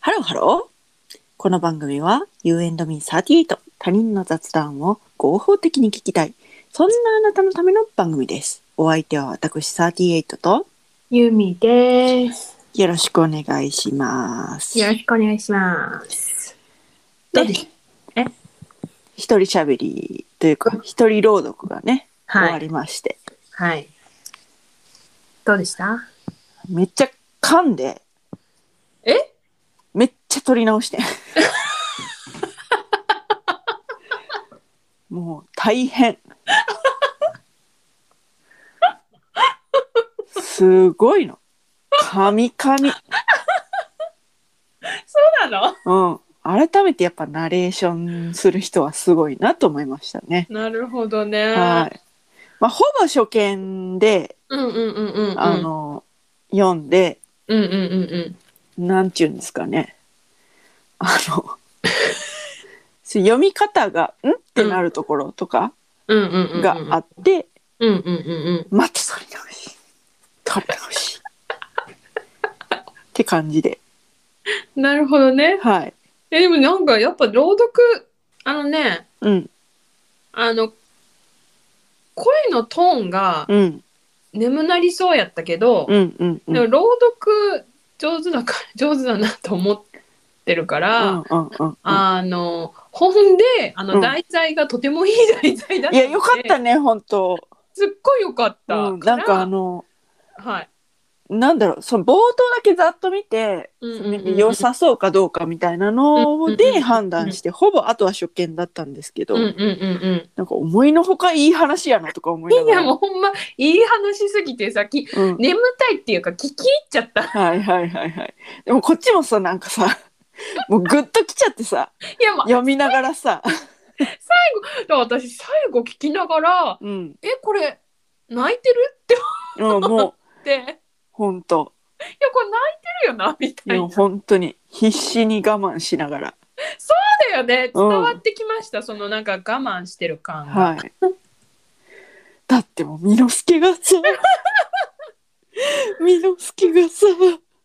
ハローハロー。この番組は You and me38 他人の雑談を合法的に聞きたい。そんなあなたのための番組です。お相手は私38とゆみです。よろしくお願いします。よろしくお願いします。どうでしえ一人喋りというか一人朗読がね、終はわい。りまして。はい。どうでしためっちゃ噛んで。えめっちゃ取り直 して。もう大変。すごいの。噛み噛み。そうなうん。改めてやっぱナレーションする人はすごいなと思いましたね。のなるほどね。はい。まあ、ほぼ初見で、うんうんうんうんうん。あ、の、読んで、うんうんうんなんていうんですかね。あの、そう読み方が、んってなるところとかうん。うんうんうんうん。があって、うんうんうんまた取り直し。取り直し。って感じで。うん。なるほどね。はい。え、でもなんかやっぱ朗読、あのね、うん、あの、声のトーンがうん、眠なりそうやったけど、うん、うん。うん、でも朗読上手だから上手だなと思ってるから、うん、うんうん。あの本であうのん題材がとてもいい題材だいったのや、でよかったね、本当すっごいよかったから、うん、なんかあの、はいなんだろう、その冒頭だけざっと見て、うんうんうんうん良さそうかどうかみたいなのうんうんうんうでん判断して、ほぼあとは初見だったんですけど、うんうんうんなんか思いのほかいい話やなとか思いうんないがやら。もうほんまいい話すぎてさきうん、眠たいっていうか聞き入っちゃったい はいはいはいはい。でもこっちもさなんかさもうグッときちゃってさやまあ読みながらさ、私最後聞きながらうん、えこれ泣いてるって思うんもうっていやこれ泣本当いてるよなみいたいやなそ本当に必死に我慢しながらうだよねう伝んわってきました、そのなんか我慢してる感が。はい。だってもうミノスケがさ ミノスケがさ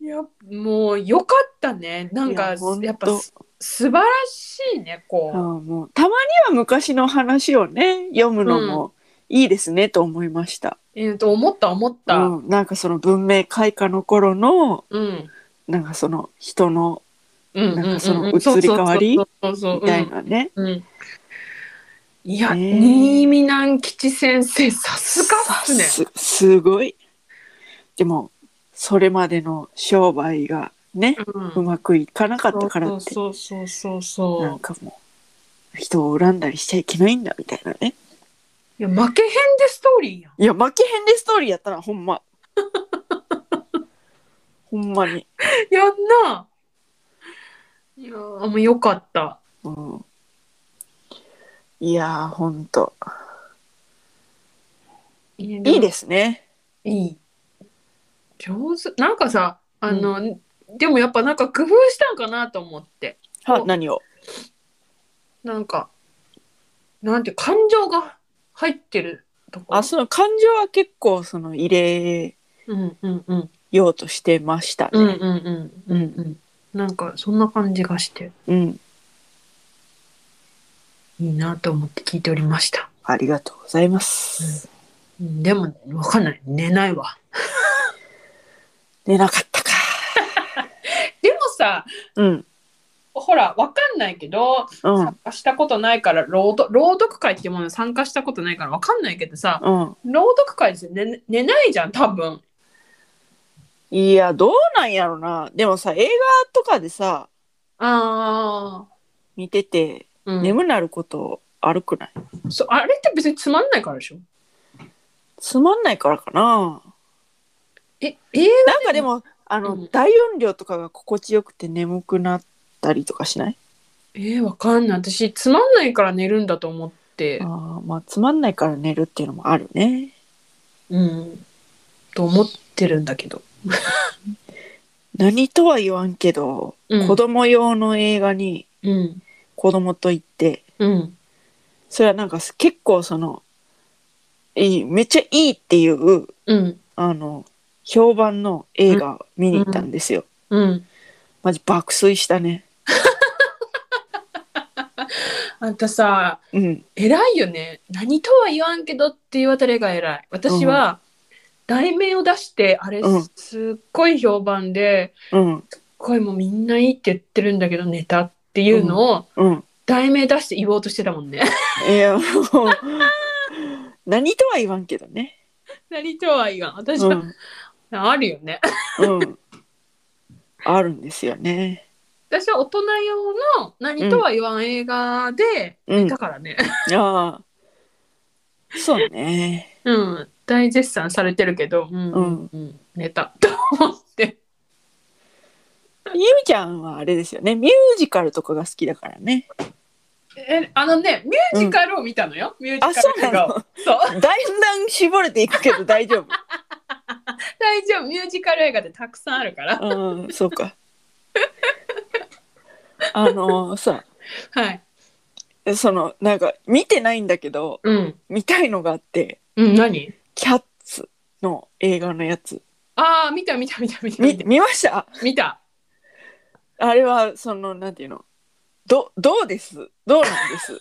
いやもうよかったねなんいかやほんとやっぱす素晴らしいねこあう、もうたまには昔の話をね読むのもいいですねと思いました。えーと思った思った、うんうん、なんかその文明開化の頃のうんなんかその人のうんなんかそのうんうん移り変わりそうそうそうそうそうみたいなね、うんうんいや、ねえ新見南吉先生さすがっすねすすごいでもそれまでの商売がねううんまくいかなかったからそっうてそうそうそうなんそかもう人を恨んだりしちゃいけないんだみたいなねういや負けへんでストーリーやんいや負けへんでストーリーやったなほ んまほんまに、やんないやーもうよかったうん、いやーほんといいいすですねいい。上手。なんかさ、あの、でもやっぱなんか工夫したんかなと思って。は何をなんか、なんて感情が入ってるとこ。あその感情は結構その入れうんうんうん。ようとしてましたね、うんうんうんううんんうん。なんかそんな感じがして、うん、いいなと思って聞いておりました。ありがとうございます。うんでも、わかんない。寝ないわ。寝なかったか。でもさ、うん、ほら、わかんないけど、うん、うん参、加したことないから、朗読、朗読会っていうものに参加したことないからわかんないけどさ、朗読会ですよ寝寝ないじゃん多分いや、どうなんやろな。でもさ、映画とかでさ、ああ、見てて、うん、眠なることあるくない。そうあれって別につまんないからでしょつまんないからかな。え映なんかでも、あの、うん大音量とかが心地よくて眠くなったりとかしない。えー、わかんない私つまんないから寝るんだと思ってああ、まあ、つまんないから寝るっていうのもあるね。うんと思ってるんだけど、何とは言わんけど、うん、子供用の映画にうん子供と行って。うんそれはなんかす結構そのいいめっちゃいいっていううんあの評判の映画を見に行ったんですよ。うんマジ爆睡したね。あんたさうん。偉いよね何とは言わんけどっていうあたりが偉い私は、題名を出してあれうんすっごい評判で、うん。声もうみんないいって言ってるんだけどネタっていうのを、うん。題名出して言おうとしてたもんねいや、もう、何とは言わんけどね。何とは言わん私うは、ん。あるよねうん。あるんですよね。私は大人用の何とは言わん映画で、うん。だからねああ。そうね。うん大絶賛されてるけどうん、うんうん、ネタと思ってゆみちゃんはあれですよね。ミュージカルとかが好きだからね。えあのねミュージカルを見たのよ、ミューあ、ジそカルうな映画をの。そうだんだん絞れていくけど大丈夫。大丈夫ミュージカル映画でたくさんあるから、うん、そうか。あのさ、はいそのなんか見てないんだけどうん見たいのがあって、うん何キャッツの映画のやつああ見た見た見た見た見見た見ました。見たあれはそのなんていうの、どどうです、どうなんです。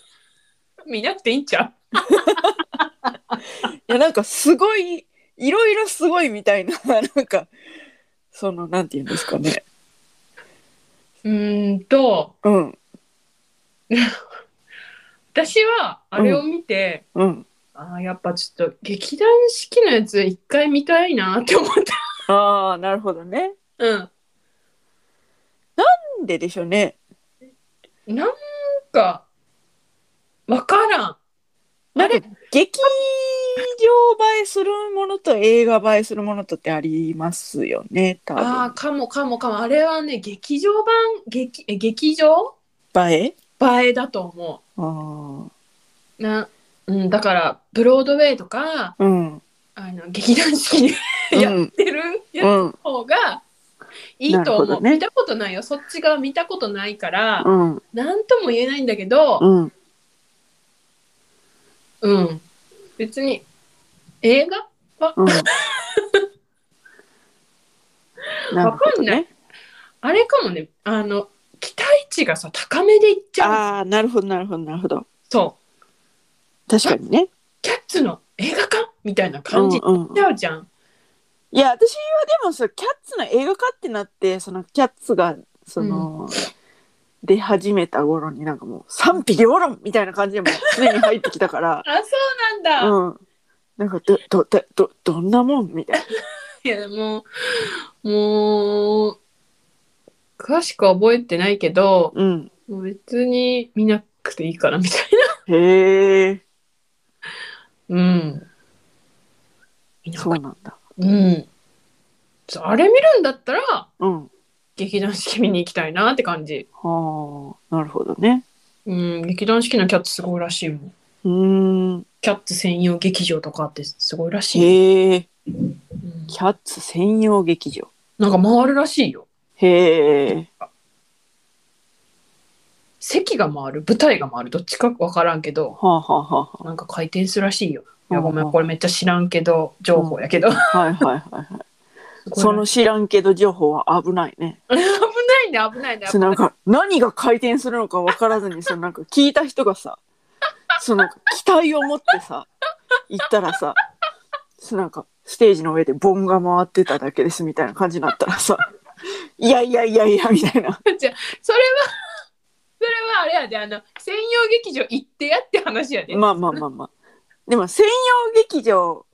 見なくていいんちゃいやなんかすごいいろいろすごいみたいななんかそのなんていうんですかね。ううーんとうん私はあれを見て、うん。あーやっぱちょっと劇団四季のやつ一回見たいなって思った。ああなるほどね。うなんででしょうね。ん。なんか、わからん。なんか劇場映えするものと映画映えするものとってありますよね多ああ分ー、かもかもかも。あれはね、劇場版、劇え劇場映え映えだと思あーう。なうん、だから、ブロードウェイとか、うんあの劇団四季でやうんってるやつうのん方がいいとなる思ほどう。ね見たことないよ。そっち側見たことないからう、んなんとも言えないんだけど、うんうん。別に、映画うん なるわほかどんないね。あれかもね、あの、期待値がさ、高めでいっちゃう。ああなるほどなるほどなるほどそう。確かにね。キャッツの映画館みたいなうん感じにうんなっちゃうじゃん。いや私はでもさキャッツの映画化ってなってそのキャッツがその、出始めた頃になんかもう賛否両論みたいな感じでも常に入ってきたから、あ、そうなんだ。うん、なんかどどどどどんなもんみたいないや、もう、もう、詳しくは覚えてないけど、うんもう別に見なくていいからみたいへえな。うん。見なそうくなんだうん。そうあれ見るんだったら、うん劇団四季見に行きたいなって感じ。はあなるほどねうん、劇団四季のキャッツすごいらしいもん。うーんキャッツ専用劇場とかってすごいらしいよ。へえうんキャッツ専用劇場なんか回るらしいよ。へえ席が回る、舞台が回る、どっちかわからんけど、はあはあはなんか回転するらしいよ。いや、うんうごんめん、これめっちゃ知らんけど、情報やけ ど。あはいはいはいはいその知らんけど情報は危ないね危ないね、危ないね。 そうなんか何が回転するのか分からずにそのなんか聞いた人が さその期待を持ってさ行ったらさそのなんかステージの上でボンが回ってただけですみたいな感じになったらさいやいやいやいやみたいなそれは、それはあれやで、あの、専用劇場行ってやって話やで。まあまあまあまあでも専用劇場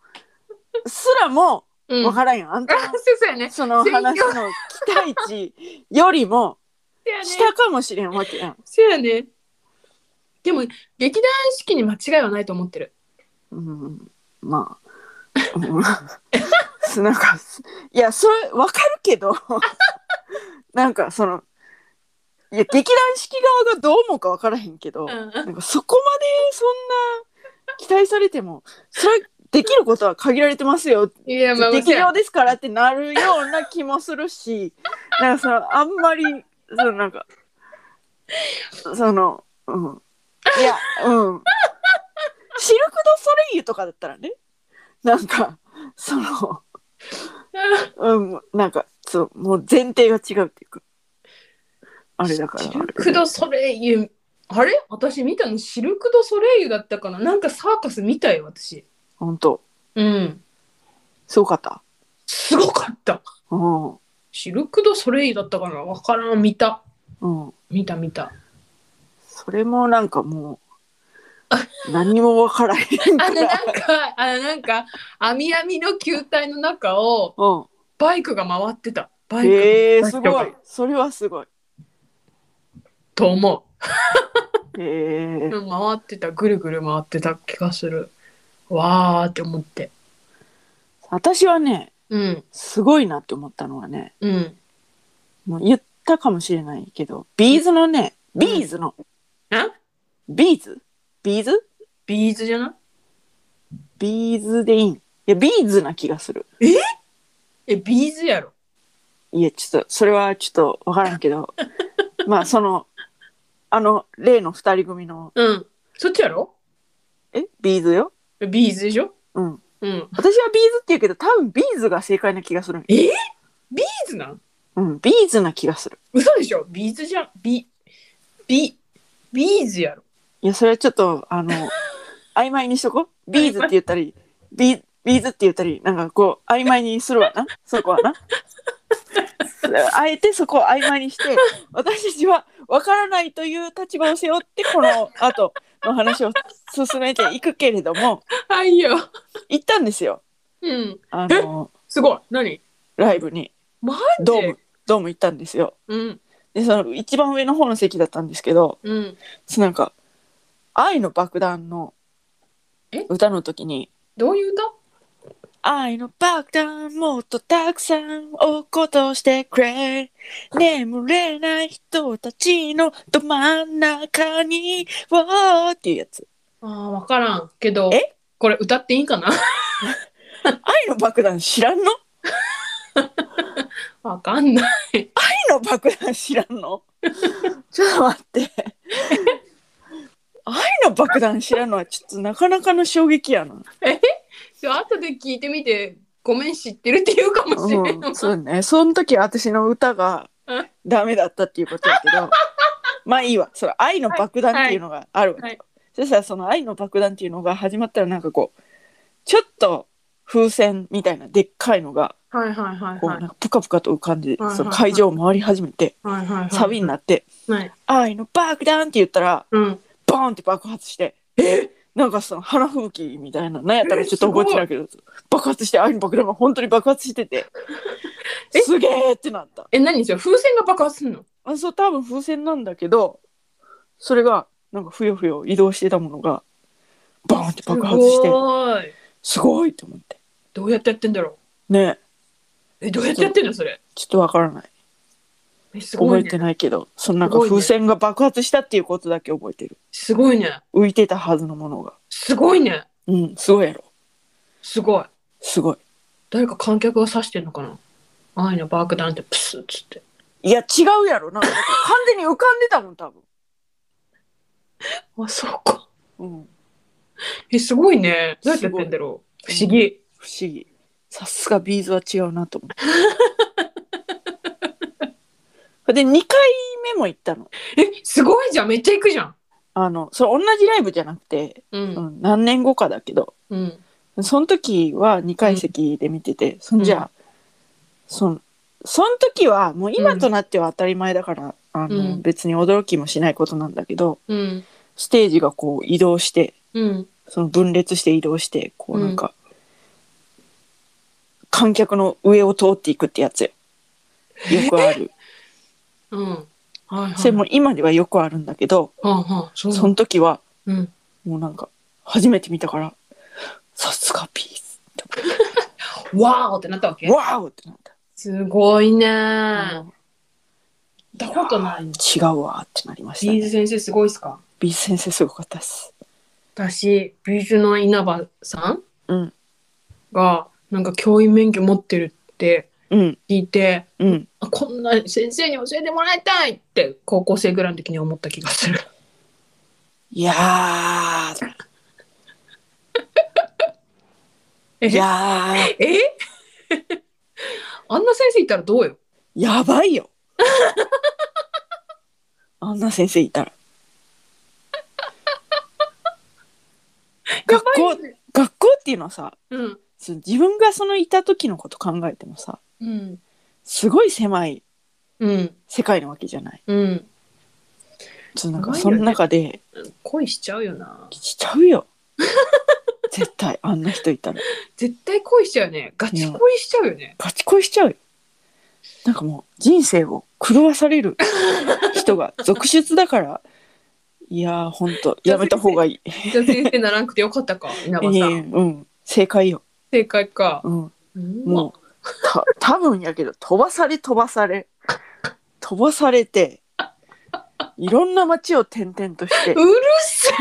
すらもうん。分あ、からんよ、あんたのそうそうやね。その話の期待値よりもそうやね。下かもしれんわけやんそうやね。でも、劇団四季に間違いはないと思ってる。うんまあ、 うんすなんかすいやそれわかるけどなんかそのいや劇団四季側がどう思うかわからへんけど、うん。なんかそこまでそんな期待されてもそれできることは限られてますよいや、 まあ、適そうや量ですからってなるような気もする しなんかそのあんまりそのなんかそのうんいやうんシルク・ド・ソレイユとかだったらねなんかその、うん、なんかそうもう前提が違うっていうかあれだからシルク・ド・ソレイユあれ私見たのシルク・ド・ソレイユだったかななんかサーカス見たよ私本当うんすごかったすごかったうんシルク・ド・ソレイユだったかなわからん見たうん見た見たそれもなんかも う何もわからへんあかのなんらかあのなんか網網の球体の中をうんバイクが回ってたバイクへえバイー、すクがごいそれはすごいと思へえう、うん回ってたぐるぐる回ってた気がするわーって思って私はねうんすごいなって思ったのはねうんもう言ったかもしれないけどビーズのねビーズの、あビーズビーズビーズじゃないビーズでいいんいやビーズな気がするえビーズやろいやちょっとそれはちょっとわからんけ どまあそのあの例の二人組のうんそっちやろえビーズよえビーズでしょうんうん私はビーズって言うけど多分ビーズが正解な気がするえビーズなんうんビーズな気がする嘘でしょビーズじゃんビビビーズ やろいやそれはちょっとあの 曖昧にしとこうビーズって言ったりビビーズって言ったりなんかこう曖昧にするわなそこはなあえてそこを曖昧にして私たちは分からないという立場を背負ってこの後の話を進めていくけれどもはいよ行ったんですようんあのすごい何ライブにマジドームドーム行ったんですようんでその一番上の方の席だったんですけどうんそのなんか「愛の爆弾」のえ歌の時に「どういう歌愛の爆弾もっとたくさん落っことしてくれ眠れない人たちのど真ん中にわーっていうやつあーわからんけどえこれ歌っていいかな 愛の爆弾知らんのわかんない愛の爆弾知らんのちょっと待って愛の爆弾知らんのはちょっとなかなかの衝撃やな、じゃあ後で聞いてみてごめん知ってるって言うかもしれんうのん、そうねその時私の歌がうんダメだったっていうことやけ どまあいいわそれ愛の爆弾っていうのがあるわけよ、はいそしたらその愛の爆弾っていうのが始まったらなんかこうちょっと風船みたいなでっかいのがはいはいはいこうはないんかプカプカと浮かんで、はいはいその会場を回り始めて、はいはいはいサビになってはい「愛の爆弾」って言ったらうんボーンって爆発してなんかその花吹雪みたいななんやったらちょっと覚えてないけど爆発して愛の爆弾が本当に爆発しててえすげーってなった。え何それ風船が爆発すんのあそう多分風船なんだけどそれがなんかふよふよ移動してたものがバーンって爆発しすてごーいすごいと思ってどうやってやってんだろねうえどうやってやってんのそれちょっとわからないえすご覚えいねてないけどそのなんかすごいね風船が爆発したっていうことだけ覚えてるすごいね浮いてたはずのものがすごいねうんすごいやろすごいすごい誰か観客が指してんのかな愛の爆弾ってプスッつっていや違うやろな完全に浮かんでたもん多分あそうかうんえすごいねどうやってやってんだろうすごい不思議不思議さすがビーズは違うなと思 ってで2回目も行ったのえすごいじゃんめっちゃ行くじゃんあのそれ同じライブじゃなくて、ううんん、何年後かだけどうんその時は2階席で見てて、そんじゃ、そんその時はもう今となっては当たり前だから、あのうん別に驚きもしないことなんだけどうんステージがこう移動してうんその分裂して移動してこううんなんか、観客の上を通っていくってやつよ。よくある。 うんはいはいそれも今ではよくあるんだけど、はあはあそうその時はうんもうなんか初めて見たからさすがピースわーってなったわけわーおってなった、すごいうね行っんたことないね違うわーってなりました、ビーね、ズ先生すごいっすかビーズ先生すごかったっす私ビーズの稲葉さんうんがなんか教員免許持ってるってうん聞いてうんあこんな先生に教えてもらいたいって高校生ぐらいの時に思った気がするいやー えいやーえ あんな先生いたらどうよやばいよんな先生いた らや学ば校いね学校っていうのはさうんその自分がそのいた時のこと考えてもさうんすごい狭いうん世界なわけじゃないうんそのなんかすそごいよねの中で恋しちゃうよなしちゃう よ絶対あんな人いたら絶対恋しちゃうよねガチ恋しちゃうよねガチ恋しちゃうよなんかもう人生を狂わされる人が続出だからいやーほんとやめた方がいいじゃあ先生ならなくてよかったか稲葉さいいんうん正解よ、正解かうん、うんもうた 多分やけど飛ばされ飛ばされ飛ばされていろんな街を転々としてうるせ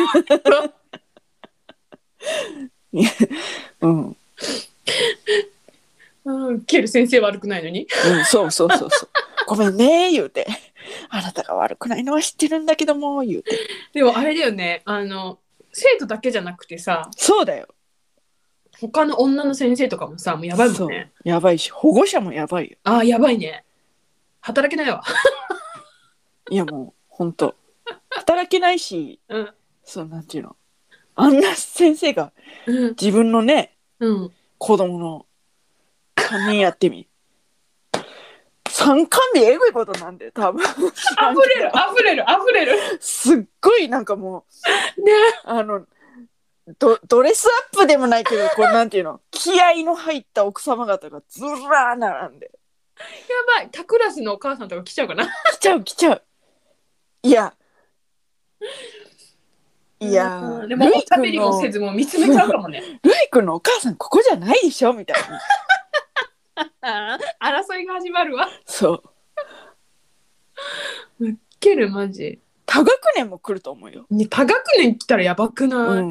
うん、うん、え、うん、ケル先生悪くないのにそうそうそうそう ごめんね言うてあなたが悪くないのは知ってるんだけども言うてでもあれだよねあの生徒だけじゃなくてさそうだよ他の女の先生とかもさもうやばいもんねやばいし保護者もやばいよああやばいね働けないわいやもうほんと働けないし、うんそうなんていうのあんな先生がうん自分のねうん子供の3人やってみ3巻でえぐいことなんで多分あふれるあふれるあふれるすっごいなんかもねうあのドドレスアップでもないけどこうなんていうの気合いの入った奥様方がずらー並んでやばい他クラスのお母さんとか来ちゃうかな来ちゃう来ちゃういやいやうーんでもルおイしゃべ君りものせずもう見つめちゃうかもねルイ君のお母さんここじゃないでしょみたいなあー 争いが始まるわそうケルマジ多学年も来ると思うよ、ね多学年来たらやばくない、うん、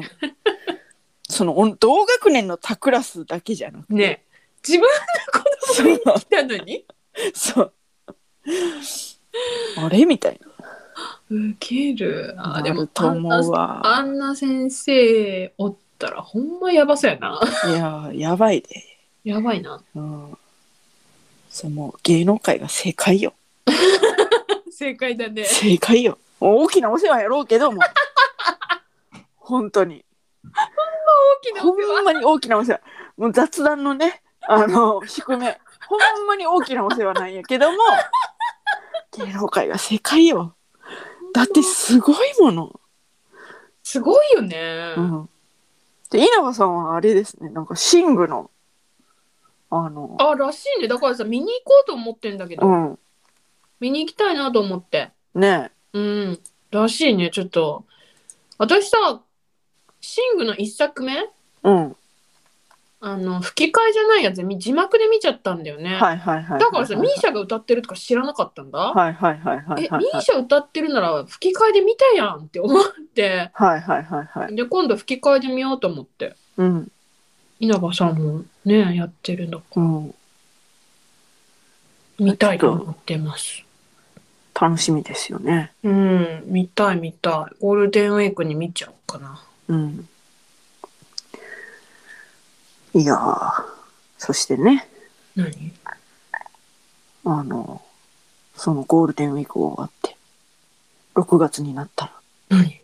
そのお同学年の他クラスだけじゃ なくてね自分の子供そう来たのにそうあれみたいウケるなあーでなもると思うわあんな先生おったらほんまやばそうやな。いやーやばいで、やばいな。うん、そうもう芸能界が正解よ正解だね。正解よ大きなお世話やろうけど も本当に大きなほお世話んまに大きなお世話もう雑談のねあの低めほんまに大きなお世話なんやけども芸能界が世界よだってすごいもの、すごいよね。うん、で稲葉さんはあれですねなんか寝具のあのあらしいね。だからさ見に行こうと思ってんだけど、うん見に行きたいなと思って。ねうん。らしいねちょっと。私さシングの一作目うんあの吹き替えじゃないやつみ字幕で見ちゃったんだよね。はいはいはいだからさはいミーシャが歌ってるとか知らなかったんだ。はいはいはいはえ、いはいはいミーシャ歌ってるなら吹き替えで見たやんって思ってはいはいはいはいで今度吹き替えで見ようと思ってうん稲葉さんもねやってるのうん見たいと思ってます楽しみですよねうん見たい見たいゴールデンウィークに見ちゃおうかなうんいやーそしてね何あの、そのゴールデンウィーク終わって、6月になったら、何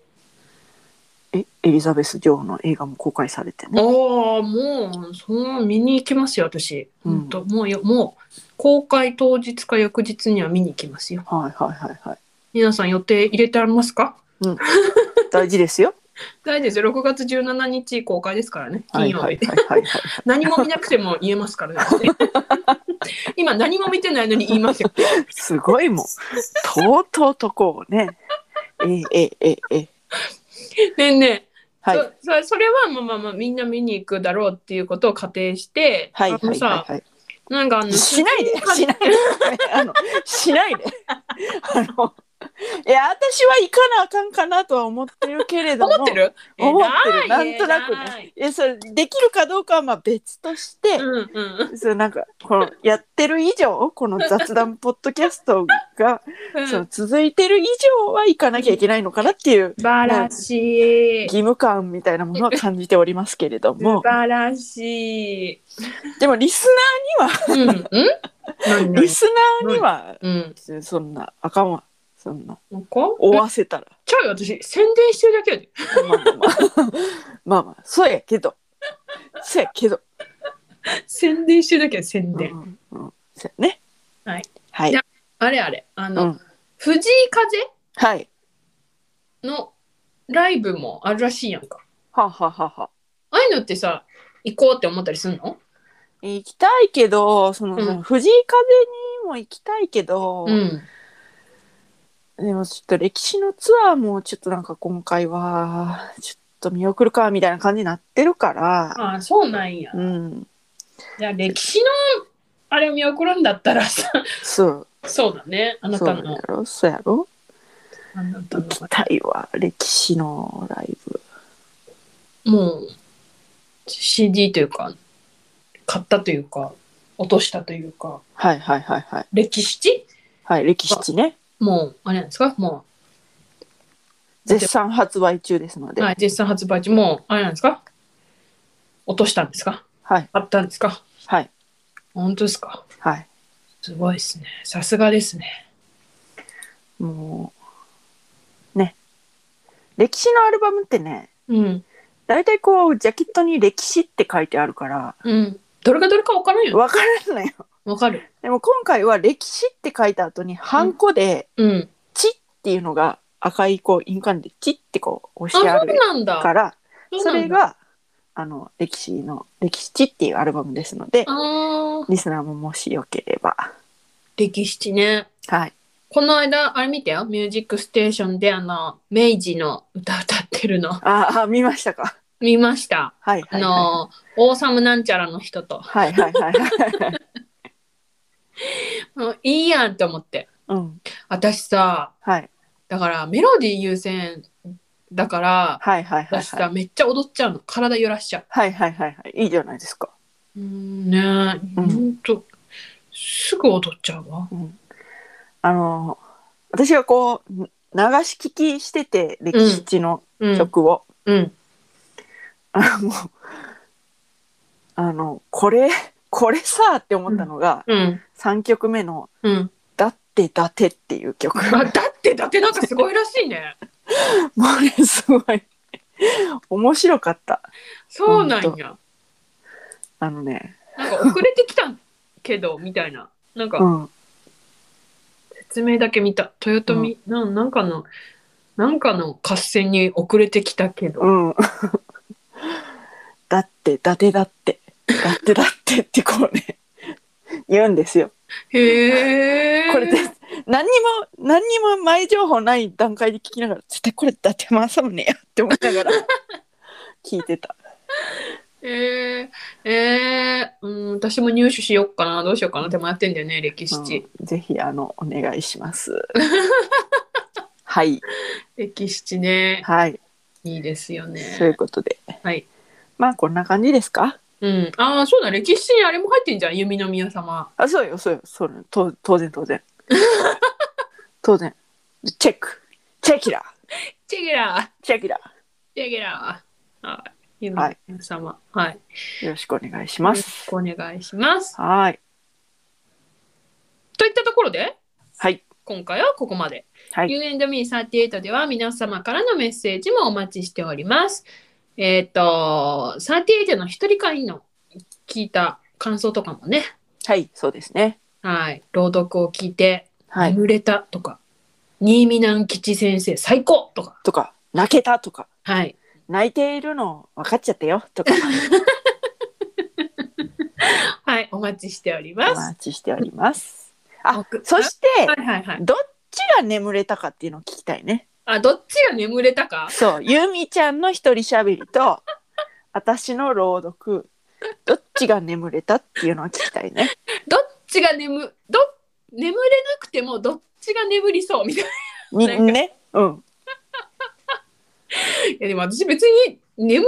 え、エリザベス女王の映画も公開されてああね。もうその見に行きますよ私、うんほんともうよもう公開当日か翌日には見に行きますよはいはいはいはい。皆さん予定入れてありますか大事ですよ。大丈夫ですよ6月17日公開ですからねは 金い曜日、はいはいはい、はい。何も見なくても言えますから ね。今何も見てないのに言いますよ。すごいもん。とうとうとこうね。えええええ。ねえねえ、はい。はいそそそれはまあまあまあみんな見に行くだろうっていうことを仮定して、はいあのはい、さはい。なんかあのしないで、しないで。 あの、しないで。 あの、いや、私は行かなあかんかなとは思ってるけれども。思ってる思ってる偉いなんとなく偉いえ、それ、できるかどうかはまあ別として、うんうんそうなんかこのやってる以上この雑談ポッドキャストが、うんその続いてる以上は行かなきゃいけないのかなっていう素晴らしい義。務感みたいなものは感じておりますけれど素も晴らしい。でもリスうんうん。何ナー何リスナーにはうん。そんなあかんわそんななんか追わせたらちゃうよ私宣伝してるだけやでまあまあまあまあまあそうやけどそうやけど、 宣伝してるだけや宣う伝、んうん、そうやねはいはいじゃあれあれあの、うん藤井風はいのライブもあるらしいやんかはあはあはあはあああいうのってさ行こうって思ったりすんの行きたいけどその、うん藤井風にも行きたいけど、うんでもちょっと歴史のツアーもちょっとなんか今回はちょっと見送るかみたいな感じになってるから、ああそうなんやうん、じゃあ歴史のあれを見送るんだったらさそうそうだねあなそうたやのろそうやろあなた行のきたいわ歴史のライブもう CD というか買ったというか落としたというかはいはいはいはい歴史はい歴史ねもうあれなんですかも絶賛発売中ですのう、で、はい、絶賛発売中もうあれなんですか落としたんですかはい買ったんですかはい本当ですかはいすごいですねさすがですねもうね歴史のアルバムってねうん大体こうジャケットに歴史って書いてあるからうんどれがどれか分からんよわからんのよ分かるでも今回は歴史って書いた後にハンコでうんチっていうのが赤いこう印鑑でチってこうあそ押しうてあるなんだからうそなんだれがあの歴史の歴史っていうアルバムですのであーリスナーももしよければ歴史ねはいこの間あれ見たよ「ミュージックステーション」であの明治の歌歌ってるのああ見ましたか見ましたはいはあいはのオーサムなんちゃらの人といはいはいはいはいもういいやんって思ってうん私さはいだからメロディー優先だからはいはいはい私さ、はいめっちゃ踊っちゃうの体揺らしちゃうはいはいはいはいいいじゃないですかうーんねえ、ほうんんとすぐ踊っちゃうわあの私がこう流し聞きしてて歴史のうん曲を、うんあの、あの、これ、これさって思ったのが、うん3曲目の、うんだってだてっていう 曲。もあだってだってなんかすごいらし いねうね、すごい、面白かった。そうなほんんやあのね、なんか遅れてきたけどみたいななんかうん、説明だけ見た豊臣、なん、なんかのなんかの合戦に遅れてきたけど、うん。だってだてだって、だってだってってこうね、言うんですよ。へえこれです。何にも、何にも前情報ない段階で聞きながら、絶対これだってまさむねやって思いながら、聞いてた。えー、えー、うん、私も入手しよっかな、どうしようかな、でもやってんだよね、歴史、うんぜひあのお願いします。はい歴史ね、はい、いいですよというね。ことで、はい。まあこんな感じですか。うん、ああ、そうだ、歴史にあれも入ってんじゃん、弓の宮様。あそうよそうよそうよと当然当然当然チェックチェキラチェゲラチェキラチェゲラはい、弓はのい宮様。はい。よろしくお願いしよまろす。しくお願いします。はいといったところで、はい今回はここまで。はい U&Me38 では皆様からのメッセージもお待ちしております。えっ、と、38の一人会の聞いた感想とかもね、はいそうですねはい、朗読を聞いて、はい眠れたとか、新見南吉先生最高とか、とか泣けたとかはい、泣いているの分かっちゃったよとか はい、お待ちしておりおます。待ちしております。あ送そしてはいはいはい。どっちが眠れたかっていうのを聞きたいね。あ、どっちが眠れたかそう、ゆみちゃんの一人しゃべりと、私の朗読、どっちが眠れたっていうのを聞きたいね。どっちが眠、ど、眠れなくてもどっちが眠りそうみたいな。になんかね。うん。いやでも私別に眠る予定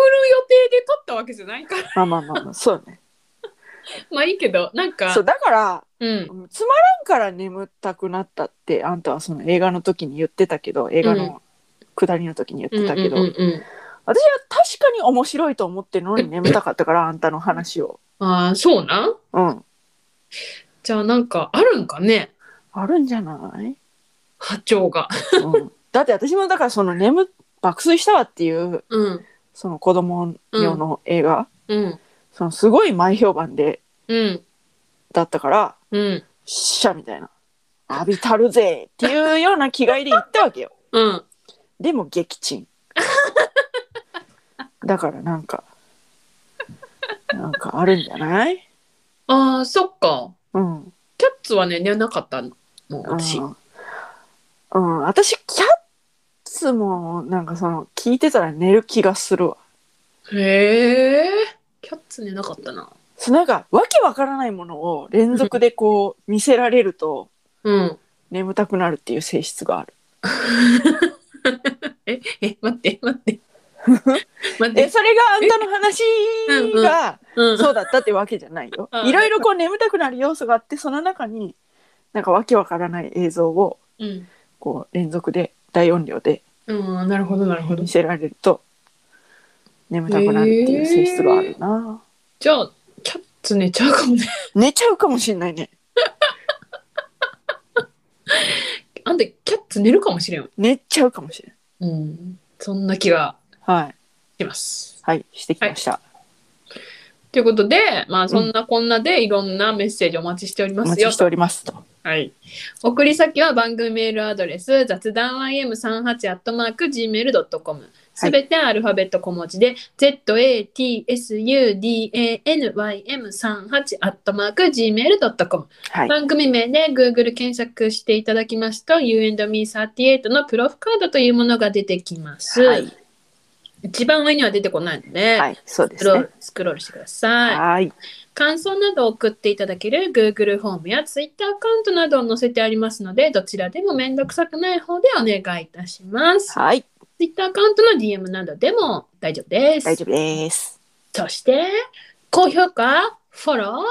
で撮ったわけじゃないから、まあまあまあまあ、そうね。まあいいけど、なんかそう、、だから、うん、つまらんから眠たくなったって、あんたはその映画の時に言ってたけど、映画の下りの時に言ってたけど、うんうんうんうん私は確かに面白いと思ってるのに眠たかったから、あんたの話を。ああ、そうなんうん。じゃあなんかあるんかねあるんじゃない波長が。うん、だって私もだからその眠爆睡したわっていううん。その子供用の映画、うん。そのすごい前評判でうん。だったからうん。しゃみたいな浴びたるぜっていうような気概で行ったわけようん。でも撃沈だからなんかなんかあるんじゃないああ、そっか。うんキャッツはね、寝なかったの。もう私。うん、うん、私キャッツもなんかその聞いてたら寝る気がするわへえ。キャッツ寝なかったな。そうなんかわけわからないものを連続でこ う見せられるとうん。眠たくなるっていう性質があるえ、え、待って、待って。え待って。それがあんたの話がうん。そうだったってわけじゃないようんいろいろこう眠たくなる要素があってその中になんかわけわからない映像をうん。こう連続で大音量でうん、なるほど、なるほど見。せられると眠たくなるっていう性質があるな、じゃあ、キャッツ寝ちゃうかもね。寝ちゃうかもしんないねあんた、キャッツ寝るかもしれん。寝ちゃうかもしれんうん。そんな気がはいします。はいしてきました、ということで、まあ、そんなこんなでいろんなメッセージお待ちしておりまおす待よちしておりますとはい。送り先は番組メールアドレス、雑談 ym38-gmail.com。すべてアルファベット小文字で、zatsudanym38-gmail.com。はい番組名で Google 検索していただきますと、You and Me38 のプロフカードというものが出てきます。はい、一番上には出てこないので、はい、そうですスクローねルスクロールしてください。はい感想などを送っていただける Google フォームや Twitter アカウントなどを載せてありますので、どちらでも面倒くさくない方でお願いいたします。はい Twitter アカウントの DM などでも大丈夫です。大丈夫ですそして、高評価、フォロ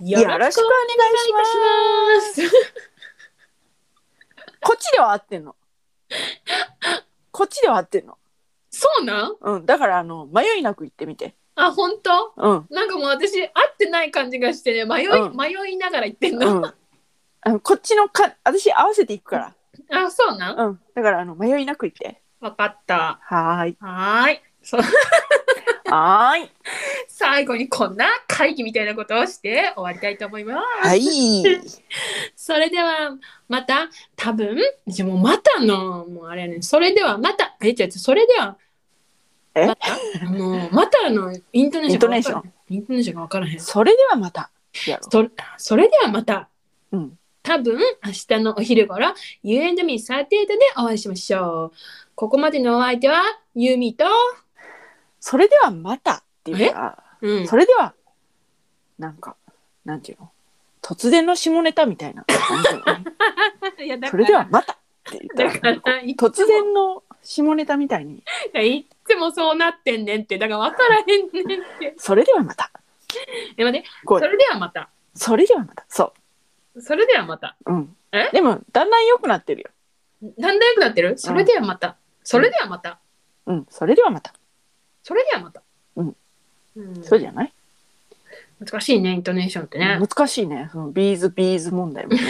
ー、よろしくお願いします願いいたします。こっちでは合ってんのこっちでは合ってんのそうなんうんだからあの迷いなく言ってみてあ、本当うんなんかもう私、合ってない感じがしてね、迷い,、うん迷いながら言ってんうの。んあのこっちのか私合わせていくかあ、そうなんわ、らうんだからあの迷いなく言ってかった。はーいはーい。そうはーい最後にこんな会議みたいなことをして終わりたいと思います。はいそれではまた多分じゃあもうまたのもうあれやねんそれではまたえじゃそれではえまたもうまたのイントネーションが分からんイントネーションが分からへんそそれではまたやろそれではまたううん多分明日のお昼頃 You and me38 でお会いしましょうここまでのお相手はユミとそれではまたっていうかうんそれではなんかなんていうの突然の下ネタみたいな感じ だよね いやだそかれではらまたって言ったらだからいつ も突然の下ネタみたいにいつもそうなってんねんってだから分からへんねんってそれではまたえ待ってこそうれではまたそれではまたそそれではまたううんえでもだんだん良くなってるよだんだん良くなってるそれではまた、それではまたうんそれではまたそれではまたうん、うんそうじゃない難しいねイントネーションってね、難しいねそのビーズビーズ問題もね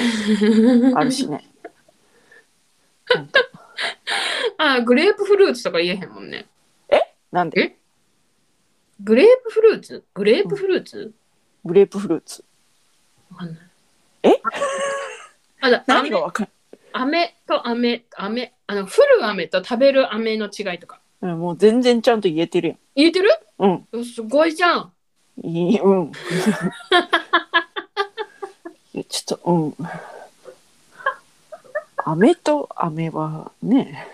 あるしねあグレープフルーツとか言えへんもんねなんでグレープフルーツグレープフルーツ、グレープフルーツわかんないえあだ何飴がわかん飴と飴飴あの降る飴と食べる飴の違いとかうんもう全然ちゃんと言えてる言えてるやんうんすごいじゃんいい、うん。 いやちょっと、うん。飴と飴はね、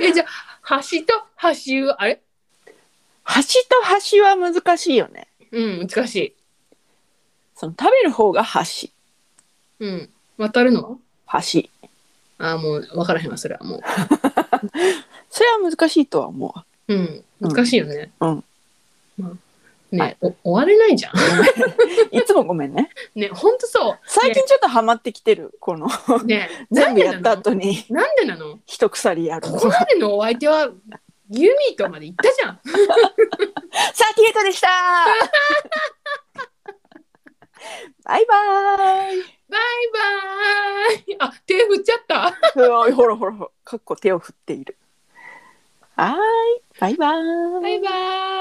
えじゃあ橋と橋あれ端と端は難しいよね。うん難しいその食べる方が端、うん渡るのは端。あもう分からへんわそれはもうそれは難しいとは思う。うん、難しいよね。うん。まあ、ね、はいお終われないじゃん。 いつもごめんね。ね、ほんとそ最近ちょっとハマってきてる、この、う。ね、 全部なやんっでたなの後になんでなの一鎖やる。ここまでのお相手は、ユミとまで行ったじゃん。 サーティエイトでしたバイバーイイバーイあ手振っちゃった うわほらほらほらかっこ手を振っているはーいバイバーイバイバーイ